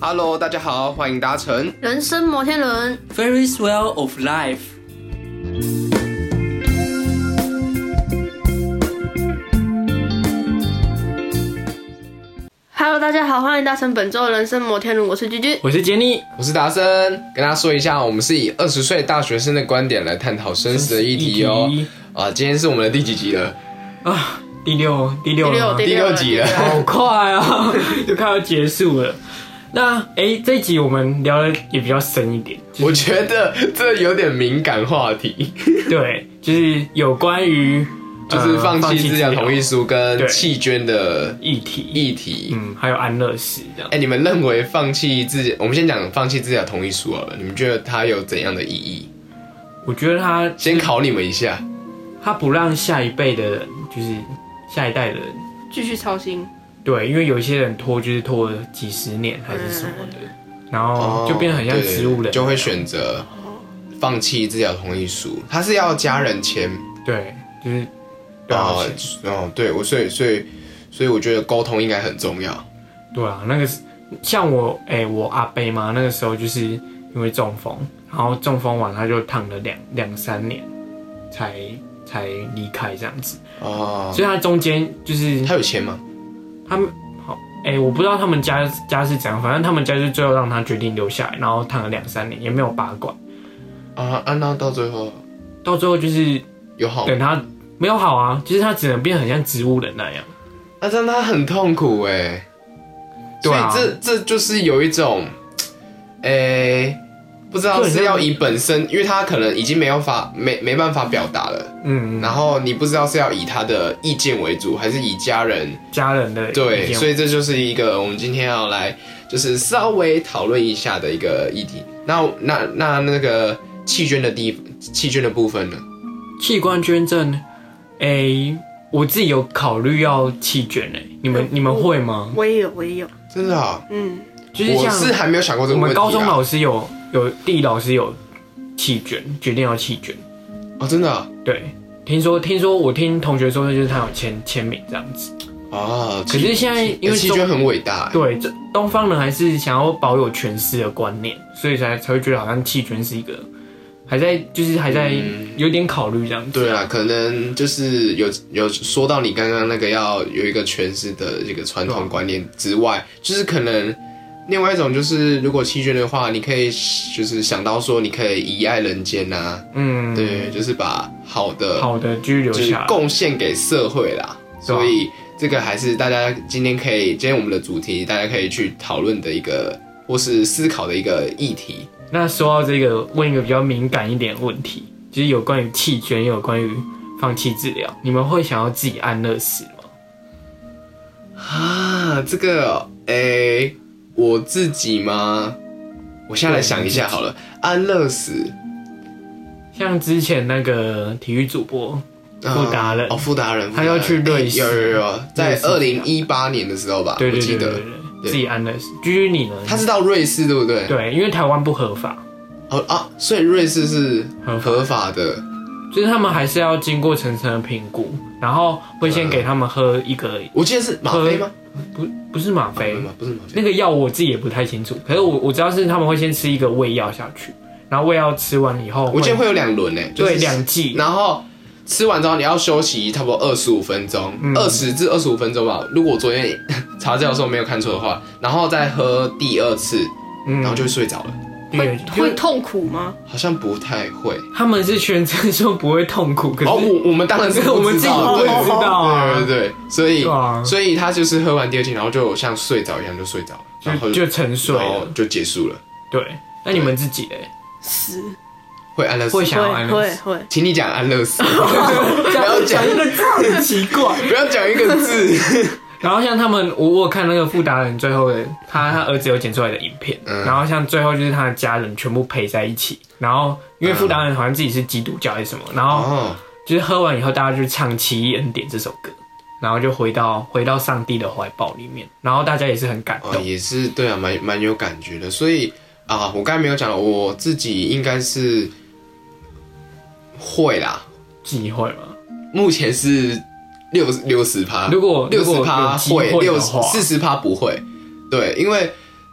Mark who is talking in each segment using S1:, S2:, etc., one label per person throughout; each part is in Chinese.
S1: Hello，大家好，欢迎搭乘
S2: 人生摩天轮，
S3: Very swell of life。
S2: Hello，大家好，欢迎搭乘本周的人生摩天轮，我是居居。
S3: 我是杰尼，
S1: 我是达生，跟大家说一下，我们是以二十岁大学生的观点来探讨生死的议题哦。啊，今天是我们的第几集了？
S3: 啊，第六第六
S2: 第
S3: 了
S2: 六
S3: 吗
S1: 第
S2: 六
S1: 六集了
S2: 第六
S3: 好快啊， 就快要结束了。那哎、诶这一集我们聊的也比较深一点，
S1: 我觉得这有点敏感话 题，
S3: 对，就是有关 于
S1: 就是
S3: 呃
S1: 放弃治疗同意书跟
S3: 对
S1: 弃捐的
S3: 议题，
S1: 议题。
S3: 嗯，还有安乐死这样
S1: 哎、。你们认为放弃治，我们先讲放弃治疗同意书好了，你们觉得它有怎样的意义？
S3: 我觉得他
S1: 先考你们一下，
S3: 他不让下一辈的人，就是下一代的人，
S2: 继续操心，
S3: 对，因为有一些人拖就是拖了几十年还是什么的，
S2: 嗯
S3: 然
S1: 哦
S3: 后就变得很像
S1: 对对
S3: 植物人，
S1: 就会选择放弃治疗同意书，它是要家人签
S3: 对，就是多
S1: 啊
S3: 少钱？，
S1: 哦，对，我所以所以所以我觉得沟通应该很重要。
S3: 对啊，那个是像我哎、我阿伯嘛，那个时候就是因为中风，然后中风完他就躺了两两三年，才才离开这样子，
S1: 哦，
S3: 所以他中间就是
S1: 他有签吗？
S3: 他们好哎、我不知道他们家家是怎样，反正他们家就最后让他决定留下来，然后躺了两三年也没有拔管，
S1: 啊，啊，那到最后
S3: 到最后就是
S1: 有好吗，
S3: 等他没有好啊，就是他只能变得很像植物人那样，
S1: 那让啊他很痛苦哎。
S3: 对啊
S1: 所以这这就是有一种，诶、不知道
S3: 对
S1: 是
S3: 那
S1: 要以本身，因为他可能已经没有法没没办法表达了，
S3: 嗯，
S1: 然后你不知道是要以他的意见为主，还是以家人
S3: 家人的
S1: 对，所
S3: 以
S1: 以这就是一个我们今天要来就是稍微讨论一下的一个议题。那那那那个弃捐的地弃捐的部分呢？
S3: 器官捐赠，哎、我自己有考虑要弃捐哎、你们你们会吗？
S2: 我也有，我也有，
S1: 真的啊，
S2: 嗯，
S3: 就是
S1: 我
S3: 像
S1: 是还没有想过这
S3: 我
S1: 个问
S3: 们
S1: 题、啊。
S3: 高中老师有有地理老师有弃捐，决定要弃捐，
S1: 哦，真的啊，
S3: 对。听说，听说，我听同学说，就是他有签签名这样子。
S1: 哦
S3: 可是现在因为
S1: 弃
S3: 中
S1: 捐很伟大、欸，
S3: 对，这东方人还是想要保有权势的观念，所以才才会觉得好像弃权是一个还在就是还在有点考虑这样子。
S1: 嗯对啊，可能就是有有说到你刚刚那个要有一个诠释的这个传统观念之外，就是可能另外一种就是，如果弃捐的话，你可以就是想到说你可以遗爱人间啊呐、
S3: 嗯，
S1: 对，就是把好的
S3: 好的，继续留
S1: 就是
S3: 下来。
S1: 贡献给社会啦。
S3: 对啊
S1: 所以这个还是大家今天可以，今天我们的主题大家可以去讨论的一个，或是思考的一个议题。
S3: 那说到这个，问一个比较敏感一点的问题，就是有关于弃捐，也有关于放弃治疗，你们会想要自己安乐死吗？
S1: 啊，这个诶、我自己吗？我现在来想一下好了，安乐死，
S3: 像之前那个体育主播，
S1: 呃
S3: 富达人
S1: 哦，富达人，
S3: 他要去瑞
S1: 诶
S3: 士
S1: 有有有有，在
S3: 瑞士
S1: 二零一八年的时候吧，
S3: 对对对
S1: 我记
S3: 对
S1: 得
S3: 对
S1: 对
S3: 对，自己安乐死。居居你呢？
S1: 他是到瑞士，对不对？
S3: 对，因为台湾不合法，
S1: 哦啊，所以瑞士是
S3: 合法
S1: 合法的，
S3: 就是他们还是要经过层层的评估，然后会先给他们喝一个，
S1: 我记得是吗啡吗？
S3: 不不是吗啡，
S1: 吗？不是吗啡
S3: 那。个药我自己也不太清楚，可是我我知道是他们会先吃一个胃药下去，然后胃药吃完以后，
S1: 我记得会有两轮诶，就是
S3: 对两剂，
S1: 然后吃完之后你要休息差不多二十五分钟，
S3: 嗯
S1: 二十、至二十五分钟吧。如果我昨天查资料的时候没有看错的话，然后再喝第二次，
S3: 嗯
S1: 然后就会睡着了，
S2: 会
S3: 对，就
S2: 会痛苦吗？
S1: 好像不太会。
S3: 他们是宣称说不会痛苦，可
S1: 哦，
S3: 是
S1: 我我们当然是
S3: 我们
S1: 不知
S3: 自己
S1: 道
S3: 不
S1: 对
S3: 会知道啊
S1: 对对对，所以
S3: 对啊
S1: 所以他就是喝完第二剂，然后就像睡着一样就睡着，然后
S3: 就就沉睡
S1: 然后
S3: 了。
S1: 就结束了。
S3: 对，那你们自己嘞，
S2: 死
S1: 会安乐死
S3: 会，想要
S2: 会
S3: 安
S2: 会
S3: 乐
S2: 会，
S1: 请你讲安乐死，
S3: 不
S1: 要讲
S3: 一个字很奇怪。
S1: 不要讲一个字。
S3: 然后像他们，我我有看那个富达人最后的他他儿子有剪出来的影片，
S1: 嗯
S3: 然后像最后就是他的家人全部陪在一起，然后因为富达人好像自己是基督教还是什么，然后
S1: 哦，
S3: 就是喝完以后，大家就唱《奇异恩典》这首歌，然后就回到回到上帝的怀抱里面，然后大家也是很感
S1: 哦，
S3: 动。
S1: 也是对啊，蛮蛮有感觉的。所以啊，我刚才没有讲，我自己应该是会啦，
S3: 自己会吗？
S1: 目前是六六十趴，
S3: 如果
S1: 六
S3: 如
S1: 十
S3: 果
S1: 趴
S3: 有机
S1: 会，
S3: 会的
S1: 六
S3: 话
S1: 四十趴不会。对，因为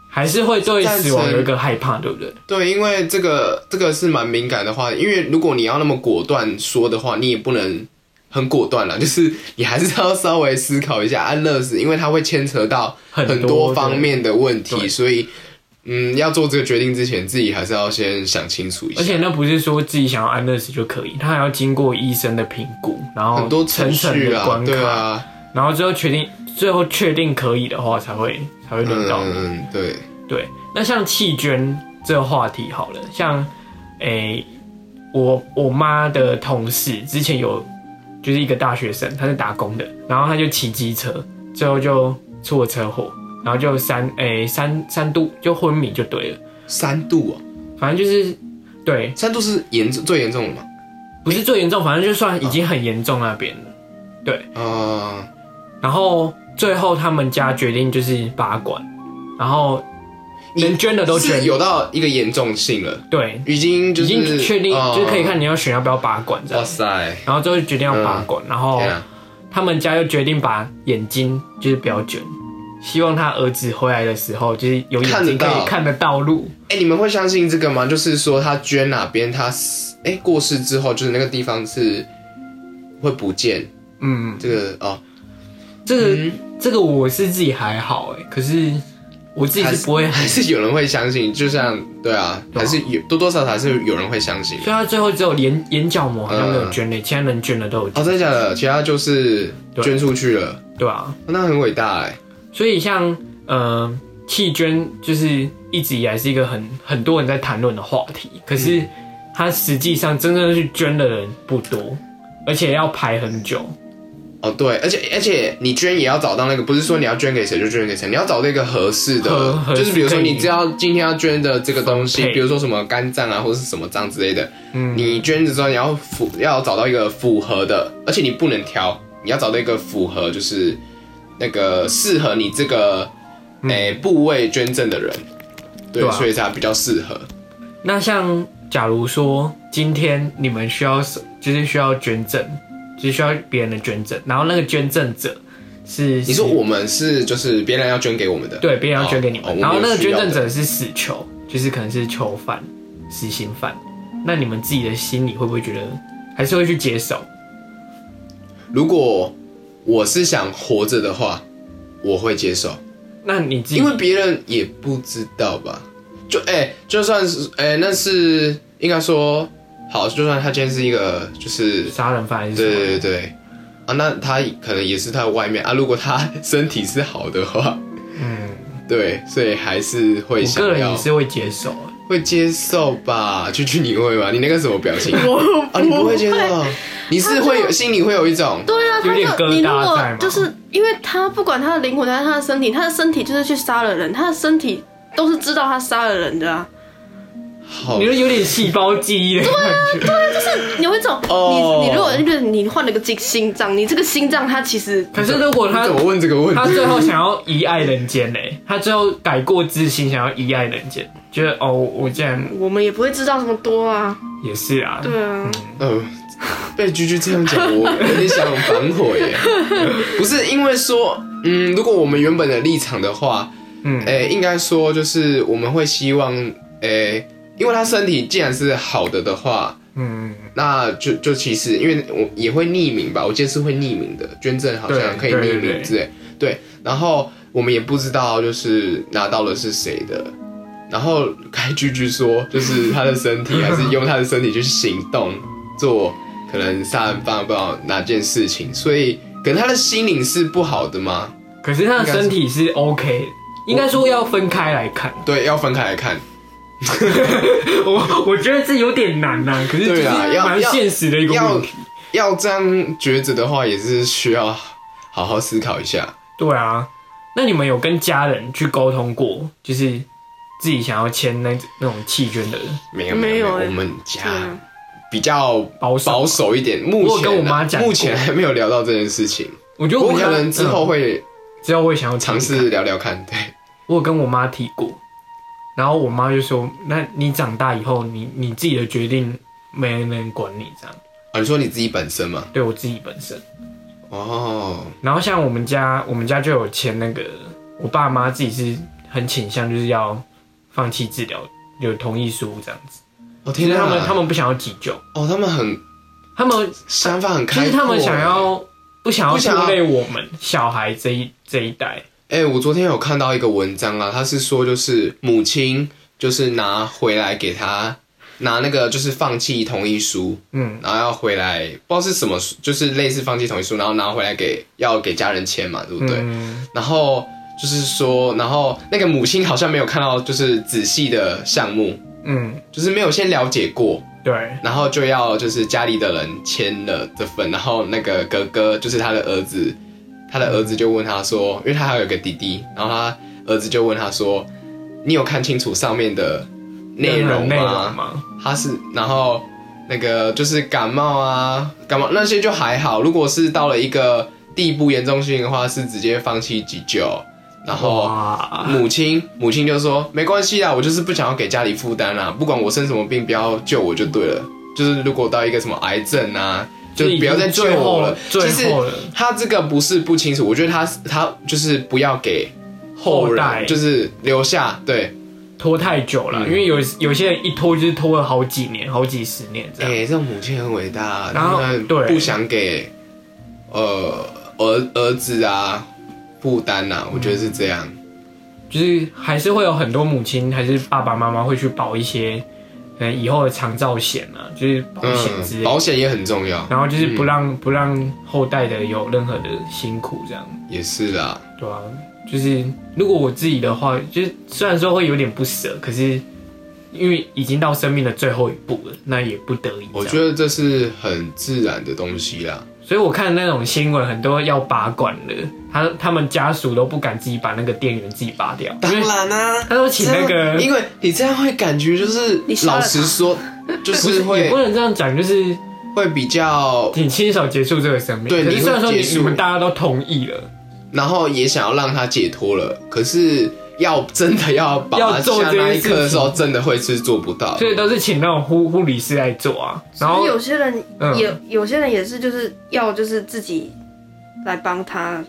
S3: 还是会对
S1: 赞成
S3: 死亡有一个害怕，对不对？
S1: 对，因为这个这个是蛮敏感的话题，因为如果你要那么果断说的话，你也不能很果断了，就是你还是要稍微思考一下安乐死，因为它会牵扯到很多方面的问
S3: 很多
S1: 题，
S3: 对
S1: 所以嗯，要做这个决定之前，自己还是要先想清楚一下。
S3: 而且那不是说自己想要安乐死就可以，他还要经过医生的评估，然后
S1: 很多
S3: 层
S1: 程
S3: 层
S1: 序
S3: 的
S1: 啊
S3: 关，
S1: 对
S3: 卡，
S1: 啊，
S3: 然后最后确定最后确定可以的话才会才会轮到你。
S1: 嗯，对，
S3: 对，那像弃捐这个话题好了，像诶、我我妈的同事之前有就是一个大学生，他是打工的，然后他就骑机车，最后就出了车祸，然后就三诶、三三度就昏迷就对了，
S1: 三度哦，
S3: 反正就是对，
S1: 三度是严重最严重的嘛？
S3: 不是最严重，反正就算已经很严重那边了。
S1: 啊、
S3: 然后最后他们家决定就是拔管，然后
S1: 你
S3: 能捐的都捐
S1: 是，有到一个严重性了，
S3: 对，
S1: 已经就
S3: 已
S1: 是
S3: 经确定
S1: 哦
S3: 就是可以看你要选要不要拔管这样
S1: 哇。塞，
S3: 然后最后决定要拔管，然后
S1: 天啊！
S3: 他们家又决定把眼睛就是不要卷，希望他儿子回来的时候就是有眼
S1: 看得
S3: 睛可以
S1: 到
S3: 看得到路。
S1: 哎、你们会相信这个吗？就是说他捐哪边，他死哎、过世之后，就是那个地方是会不见
S3: 嗯，
S1: 这个哦，
S3: 这个、
S1: 嗯
S3: 这个我是自己还好哎，可是我自己是不会很
S1: 还，是有人会相信，就像对啊，
S3: 对
S1: 还
S3: 啊
S1: 是有多多少少还是有人会相信。
S3: 所以他最后只有眼眼角膜好像没有捐嘞，其他能捐的都有捐，
S1: 哦，真的假的？其他就是
S3: 对
S1: 捐出去了，
S3: 对啊，
S1: 哦那很伟大哎。
S3: 所以像呃弃捐就是一直以来是一个很很多人在谈论的话题，可
S1: 嗯
S3: 是他实际上真正去捐的人不多，而且要排很久。
S1: 哦，对，而且而且你捐也要找到那个，不是说你要捐给谁就捐给谁，你要找那个合适
S3: 嗯合
S1: 的
S3: 合，适
S1: 就是比如说
S3: 可以
S1: 你知道今天要捐的这个东西
S3: 分，配
S1: 比如说什么肝脏啊或是什么脏之类的，
S3: 嗯
S1: 你捐的时候你要符要找到一个符合的，而且你不能挑，你要找到一个符合就是那个适合你这个诶、部位捐赠的人，对，
S3: 嗯对啊
S1: 所以才比较适合。
S3: 那像假如说今天你们需要就是需要捐赠，就是需要别人的捐赠，然后那个捐赠者是
S1: 你说我们是就是别人要捐给我们的，
S3: 对别人要捐给你们，
S1: 哦哦
S3: 然后那
S1: 我
S3: 个
S1: 们有需
S3: 捐
S1: 要的
S3: 赠者是死囚，就是可能是囚犯、死刑犯，那你们自己的心里会不会觉得还是会去接受？
S1: 如果我是想活着的话，我会接受。
S3: 那你自己
S1: 因为别人也不知道吧？就哎、就算是哎、那是应该说好，就算他今天是一个，就是
S3: 杀人犯还是什
S1: 对
S3: 么？
S1: 对对对啊，那他可能也是他的外面啊。如果他身体是好的话，
S3: 嗯，
S1: 对，所以还是会
S3: 我
S1: 想
S3: 个人
S1: 要
S3: 也是会接受。啊
S1: 会接受吧。去去你会吗？你那个什么表情啊？
S2: 我
S1: 你不会接受，啊你是会有心里会有一种
S2: 对啊，
S3: 有
S2: 他
S3: 点
S2: 就你如
S3: 疙瘩
S2: 果
S3: 在吗
S2: 就是因为他不管他的灵魂还是他的身体，他的身体就是去杀了人，他的身体都是知道他杀了人的啊。
S1: 好
S3: 你就有点细胞记忆的
S1: 啊
S3: 感觉，
S2: 啊有一种
S1: 哦
S2: 你你如果就是你换了个心心脏，你这个心脏它其实
S3: 可是如果
S1: 你
S3: 他
S1: 怎么问这个问
S3: 他
S1: 题？
S3: 最后想要遗爱人间呢、他最后改过自新，想要遗爱人间，觉得哦，我竟然
S2: 我们也不会知道这么多啊。
S3: 也是啊，
S2: 对啊，
S1: 呃，被居居这样讲，我有点想反悔耶。 不是因为说，嗯，如果我们原本的立场的话，
S3: 嗯，
S1: 诶、应该说就是我们会希望，诶、因为他身体既然是好的的话，
S3: 嗯，
S1: 那就就其实因为我也会匿名吧，我记得是会匿名的，捐赠好像可
S3: 对
S1: 以
S3: 对
S1: 匿
S3: 对
S1: 名之类，对，然后我们也不知道就是拿到的是谁的。然后该居居说，就是他的身体还是用他的身体去行动，做可能杀人犯不知道哪件事情，所以可能他的心灵是不好的吗？
S3: 可是他的身体是 OK，应该说要分开来看，
S1: 对，要分开来看。
S3: 我我觉得这有点难呐、可是就是
S1: 对啊要
S3: 蛮现实的一个问题，
S1: 要这样抉择的话，也是需要好好思考一下。
S3: 对啊，那你们有跟家人去沟通过，就是自己想要签那那种弃捐的
S1: 没有
S2: 没
S1: 没
S2: 有
S1: 有，
S2: 欸
S1: 我们
S2: 对
S1: 家
S2: 啊，
S1: 比较
S3: 保守？
S1: 保守一点。目
S3: 我有
S1: 前啊
S3: 跟我妈讲过
S1: 目前还没有聊到这件事情，
S3: 我觉得
S1: 不
S3: 我
S1: 过
S3: 们家
S1: 可能之后
S3: 嗯
S1: 会
S3: 之后会想要
S1: 尝
S3: 试。
S1: 试聊聊看。对，啊
S3: 我有跟我妈提过，然后我妈就说：“那你长大以后，你你自己的决定没人能管你这样。
S1: 啊，你说你自己本身嘛？”
S3: 对我自己本身，
S1: 哦，
S3: 然后像我们家，我们家就有签那个，我爸妈自己是很倾向就是要放弃治疗，有同意书这样子。
S1: 哦
S3: 其
S1: 天
S3: 实
S1: 哪，
S3: 他们他们不想要急救，
S1: 哦他们很
S3: 他们
S1: 想法很
S3: 就
S1: 开阔，
S3: 是他们想要不想要
S1: 不想要
S3: 拖累我们小孩这一这一代。
S1: 哎、我昨天有看到一个文章啊，他是说就是母亲就是拿回来给他拿那个就是放弃同意书，
S3: 嗯，
S1: 然后要回来不知道是什么书，就是类似放弃同意书，然后拿回来给要给家人签嘛，对不对？
S3: 嗯
S1: 然后就是说，然后那个母亲好像没有看到就是仔细的项目，
S3: 嗯，
S1: 就是没有先了解过，
S3: 对，
S1: 然后就要就是家里的人签了这份，然后那个哥哥就是他的儿子，他的儿子就问他说，因为他还有一个弟弟，然后他儿子就问他说，你有看清楚上面的内容
S3: 内容
S1: 吗？
S3: 吗？
S1: 他是然后那个就是感冒啊，感冒那些就还好，如果是到了一个地步严重性的话，是直接放弃急救，然后。
S3: 哇，
S1: 母亲，母亲就说没关系啦，我就是不想要给家里负担啊啦，不管我生什么病，不要救我就对了。就是如果到一个什么癌症啊，就不要再救
S3: 最后
S1: 我了。
S3: 最
S1: 其实
S3: 后了，
S1: 他这个不是不清楚，我觉得他他就是不要给后
S3: 后
S1: 人，
S3: 代
S1: 就是留下对。
S3: 拖太久了，
S1: 嗯
S3: 因为有有些人一拖就是拖了好几年、好几十年这
S1: 哎、
S3: 样。
S1: 这种母亲很伟大，
S3: 然后
S1: 她
S3: 对
S1: 不想给呃儿儿子啊负担呐，我觉得是这样。
S3: 就是还是会有很多母亲还是爸爸妈妈会去保一些，可能以后的长照险啊，就是保
S1: 嗯
S3: 险之，类的，嗯
S1: 保险也很重要，
S3: 然后就是不让、不让后代的有任何的辛苦这样，
S1: 也是啦。
S3: 对啊，就是如果我自己的话，就是虽然说会有点不舍，可是因为已经到生命的最后一步了，那也不得已这样。
S1: 我觉得这是很自然的东西啦。
S3: 所以我看那种新闻，很多要拔管的，他他们家属都不敢自己把那个电源自己拔掉，
S1: 当然啦、
S3: 他都请那个
S1: 因为你这样会感觉就是
S2: 你，杀了
S1: 老
S2: 他
S1: 实 说，就是
S3: 也
S1: 会
S3: 不能这样讲，就是
S1: 会比较，
S3: 挺亲手结束这个生命。
S1: 对
S3: 可是虽然说你
S1: 你会结束
S3: 你们大家都同意了，
S1: 然后也想要让他解脱了，可是要真的要把
S3: 要做
S1: 下
S3: 这件
S1: 那一刻的时候，
S3: 事
S1: 真的会是做不到
S3: 所。以都是请那种护护理师来做啊。然后
S2: 所以有些人
S3: 嗯
S2: 也、有些人也是就是要就是自己来帮他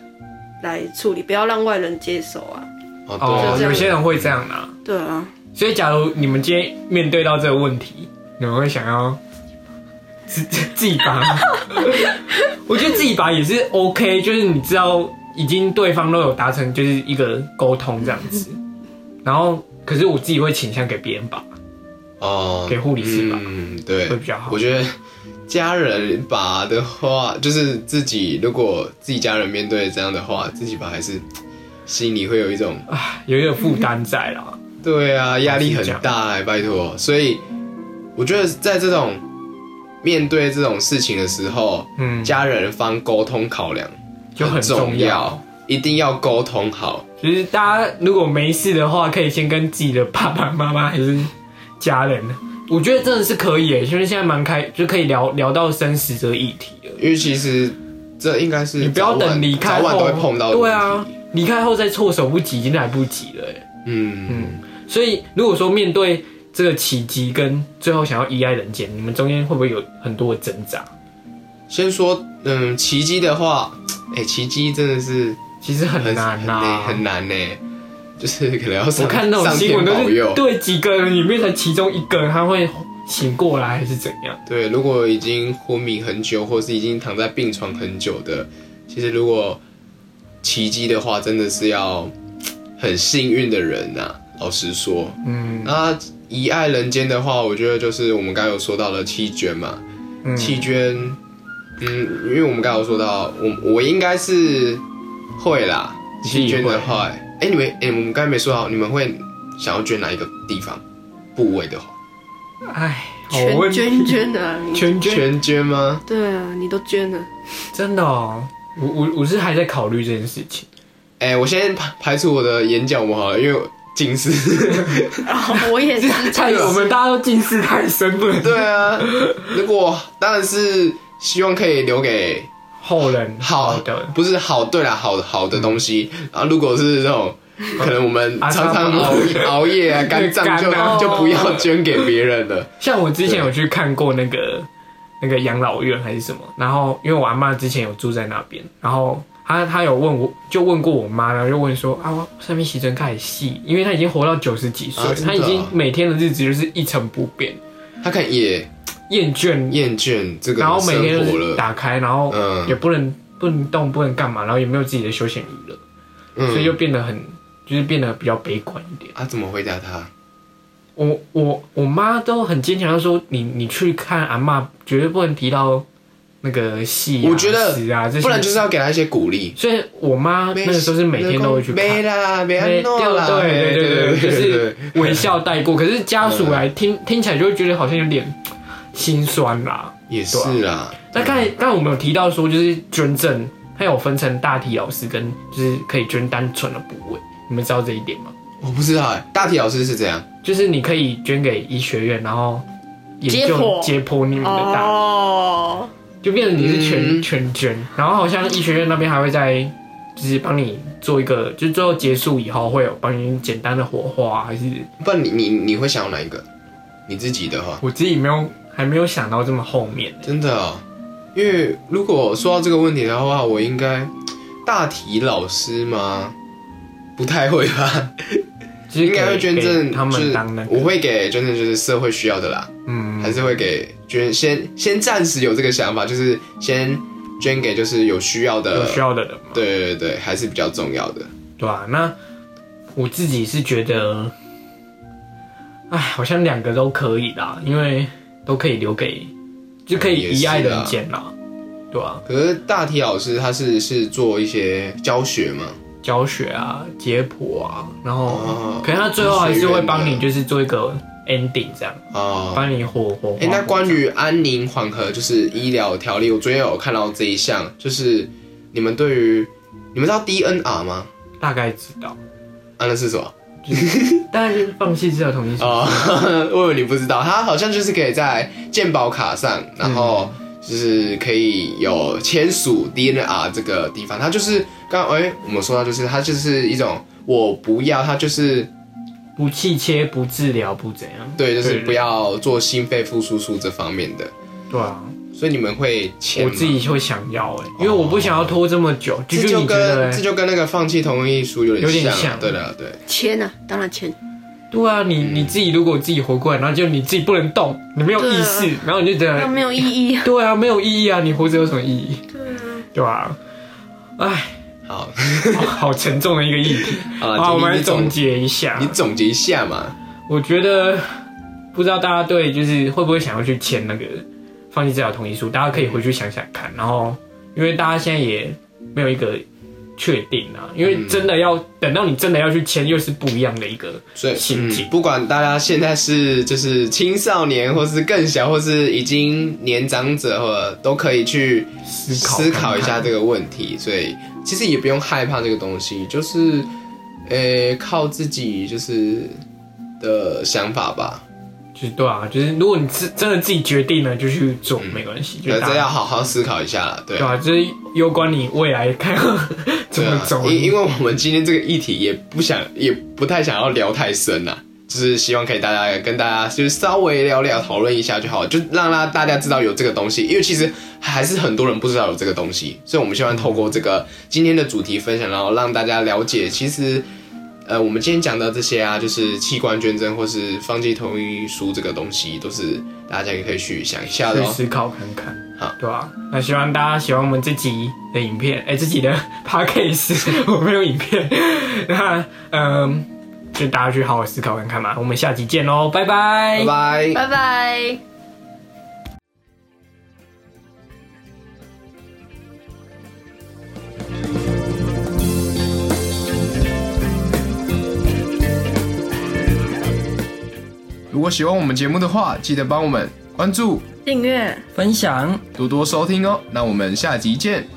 S2: 来处理，不要让外人接手啊。
S1: 哦，对
S3: 哦，
S1: 啊
S3: 有些人会这样拿。
S2: 对啊，
S3: 所以假如你们今天面对到这个问题，你们会想要自自己拔 吗？我觉得自己拔也是 OK，就是你知道已经对方都有达成就是一个沟通这样子，然后可是我自己会倾向给别人拔，
S1: 哦，
S3: 给护理师吧
S1: 嗯，对
S3: 会，比较好
S1: 我。觉得家人拔的话，就是自己如果自己家人面对这样的话，自己拔还是心里会有一种
S3: 有一个负担在啦，
S1: 对啊，压力 很大哎、拜托。所以我觉得在这种面对这种事情的时候，
S3: 嗯，
S1: 家人方沟通考量
S3: 就很
S1: 重
S3: 重要。，
S1: 一定要沟通好。
S3: 就是大家如果没事的话，可以先跟自己的爸爸妈妈还是家人，我觉得真的是可以诶，就是现在蛮开，就可以聊聊到生死这个议题了。
S1: 因为其实这应该是
S3: 你不要
S1: 早晚
S3: 等离开
S1: 早
S3: 后，
S1: 晚都会碰到的
S3: 对
S1: 问
S3: 啊
S1: 题，，
S3: 离开后再措手不及已经来不及了欸。
S1: 嗯
S3: 嗯，所以如果说面对这个奇迹跟最后想要依赖人间，你们中间会不会有很多的挣扎？
S1: 先说嗯，奇迹的话，哎、奇迹真的是
S3: 其实很
S1: 很
S3: 难呐、
S1: 很很难呢、就是可能要上
S3: 我看那种
S1: 上
S3: 新
S1: 天
S3: 闻都
S1: 保
S3: 是
S1: 佑。
S3: 对几个人里面才其中一个人他会醒过来还是怎样？
S1: 对，如果已经昏迷很久，或是已经躺在病床很久的，其实如果奇迹的话，真的是要很幸运的人呐、啊老实说，
S3: 嗯
S1: 那遗爱人间的话，我觉得就是我们刚刚有说到的弃捐嘛，
S3: 嗯，
S1: 弃捐，嗯，因为我们刚刚有说到，我我应该是会啦，
S3: 你自己
S1: 弃捐的
S3: 会
S1: 话，哎、你们，哎、我们刚才没说好，你们会想要捐哪一个地方部位的话，
S3: 哎，好
S2: 全
S3: 问
S2: 捐捐的、啊，你
S3: 全捐
S1: 全捐吗？
S2: 对啊，你都捐了，
S3: 真的哦，我我我是还在考虑这件事情。
S1: 哎、我先排排除我的眼角膜好了，因为我近视。
S2: 哦、我也是
S3: 太，我们大家都近视太深，不能
S1: 对啊，如果当然是希望可以留给
S3: 后人
S1: 好
S3: 的，嗯
S1: 不是好，对啦，好好的东西。然后如果是那种。可能我 们
S3: 啊
S1: 常常
S3: 常
S1: 熬熬夜 啊，肝脏就
S3: 肝啊
S1: 就不要捐给别人了。
S3: 像我之前有去看过那个那个养老院还是什么，然后因为我阿妈之前有住在那边，然后她他他有问我，就问过我妈，然后就问说啊，我上面洗真开始细，因为他已经活到九十几岁，
S1: 啊真的
S3: 他
S1: 啊
S3: 已经每天的日子就是一成不变，
S1: 他可能也
S3: 厌倦，
S1: 厌倦这个
S3: 然后每天
S1: 生
S3: 就
S1: 活
S3: 是
S1: 了，
S3: 打开，然后
S1: 嗯
S3: 也不能、不能动，不能干嘛，然后也没有自己的休闲娱乐，所以就
S1: 嗯，
S3: 变得很就是变得比较悲观一点。
S1: 啊，怎么回答他？
S3: 我我我妈都很坚强，她说你你去看阿嬷，绝对不能提到那个戏、啊，
S1: 我觉得
S3: 死啊这些，
S1: 不然就是要给他一些鼓励。
S3: 所以我妈那个时候是每天都会去看，
S1: 没啦，没安
S3: 对
S1: 诺啦，
S3: 对对对，就
S1: 对
S3: 是微笑带过。可是家属来听听起来就会觉得好像有点心酸啦。
S1: 也是啦。
S3: 啊那刚才刚才我们有提到说，就是捐赠，它有分成大体老师跟就是可以捐单纯的部位，你们知道这一点吗？
S1: 我不知道哎，大体老师是怎样？
S3: 就是你可以捐给医学院，然后研
S2: 解
S3: 究
S2: 剖
S3: 解剖你们的大体，
S2: 哦，
S3: 就变成你是全
S1: 嗯
S3: 全捐，然后好像医学院那边还会在。就是帮你做一个，就是最后结束以后会有帮你简单的火化、还是
S1: 不然你你你会想要哪一个？你自己的话，
S3: 我自己没有还没有想到这么后面。
S1: 真的哦、因为如果说到这个问题的话，我应该大体老师吗？不太会吧，
S3: 就是
S1: 应该会
S3: 给
S1: 捐赠，
S3: 给他
S1: 就是
S3: 们当那个，
S1: 我会给捐赠，就是社会需要的啦，还
S3: 嗯，
S1: 是会给捐，先先暂时有这个想法，就是先捐给就是有需要
S3: 有
S1: 的，
S3: 需要的人嘛，
S1: 对对对，还是比较重要的。
S3: 对吧、那我自己是觉得，哎，好像两个都可以啦，因为都可以留给，就
S1: 哎
S3: 可
S1: 啊
S3: 以遗爱人间啦，对啊吧、
S1: 可是大体老师他是是做一些教学嘛，
S3: 教学啊，解剖啊，然
S1: 哦
S3: 后，可能他最后还是会帮你，
S1: 学院的
S3: 就是做一个 ending 这样，
S1: 哦，
S3: 帮你火火化。
S1: 哎、那关于安宁缓和就是医疗条例，我昨天有看到这一项，就是你们对于你们知道 DNR 吗？
S3: 大概知道，
S1: 啊，那是什么？
S3: 但是放弃治疗同意书，
S1: 哦，我以为你不知道，它好像就是可以在健保卡上，然后
S3: 嗯
S1: 就是可以有签署 DNR 这个地方，它就是刚哎、我们说到就是它就是一种我不要，它就是
S3: 不弃切，不治疗，不怎样，
S1: 对，就是
S3: 对对
S1: 不要做心肺复苏术这方面的，
S3: 对啊。
S1: 所以你们会签
S3: 我
S1: 吗？
S3: 自己会想要哎、因为我不想要拖这么久。就
S1: 哦这
S3: 就
S1: 就
S3: 你觉得、
S1: 跟
S3: 欸
S1: 这？就跟那个放弃同意书有点
S3: 有点
S1: 像啊，
S3: 像
S1: 对的，对。
S2: 签啊，当然签。
S3: 对啊，你你自己如果自己活过来，然后就你自己不能动，你没有意识，然后你就觉
S2: 那
S3: 得，
S2: 没有意义。
S3: 对啊，没有意义啊，你活着有什么意义？
S2: 对啊，
S3: 对吧、哎，
S1: 好，
S3: 好好沉重的一个议题
S1: 好
S3: 啊！
S1: 了，
S3: 我们
S1: 你
S3: 来
S1: 你
S3: 总
S1: 总
S3: 结一下
S1: 你，总结一下嘛。
S3: 我觉得不知道大家对就是会不会想要去签那个放弃治疗同意书，大家可以回去想想看。然后，因为大家现在也没有一个确定啊，因为真的要等到你真的要去签，又是不一样的一个。
S1: 所以，
S3: 心
S1: 嗯
S3: 情，
S1: 不管大家现在是就是青少年，或是更小，或是已经年长者，或者都可以去
S3: 思考
S1: 思考一下
S3: 看看
S1: 这个问题。所以，其实也不用害怕这个东西，就是，呃，靠自己就是的想法吧。
S3: 就是对啊，就是如果你自真的自己决定了，就去做，
S1: 嗯
S3: 没关系，就
S1: 呃，
S3: 大
S1: 这要
S3: 家
S1: 好好思考一下了，对
S3: 对。啊，就是攸关你未来看怎
S1: 对
S3: 么
S1: 啊
S3: 走。
S1: 因因为我们今天这个议题也不想，也不太想要聊太深啊，就是希望可以大家跟大家就是稍微聊聊讨论一下就好，就让大大家知道有这个东西，因为其实还是很多人不知道有这个东西，所以我们希望透过这个今天的主题分享，然后让大家了解，其实。呃，我们今天讲到这些啊，就是器官捐赠或是放弃同意书这个东西，都是大家也可以去想一下的
S3: 去
S1: 哦。
S3: 思考看看，
S1: 好，
S3: 啊对啊，那希望大家喜欢我们这集的影片，哎、这集的 podcast 我没有影片，那嗯，就大家去好好思考看看嘛。我们下集见喽，拜
S1: 拜
S3: 拜
S1: 拜。
S2: 拜拜。
S1: 如果喜欢我们节目的话，记得帮我们关注、
S2: 订阅。
S4: 分享。
S1: 多多收听哦。那我们下集见。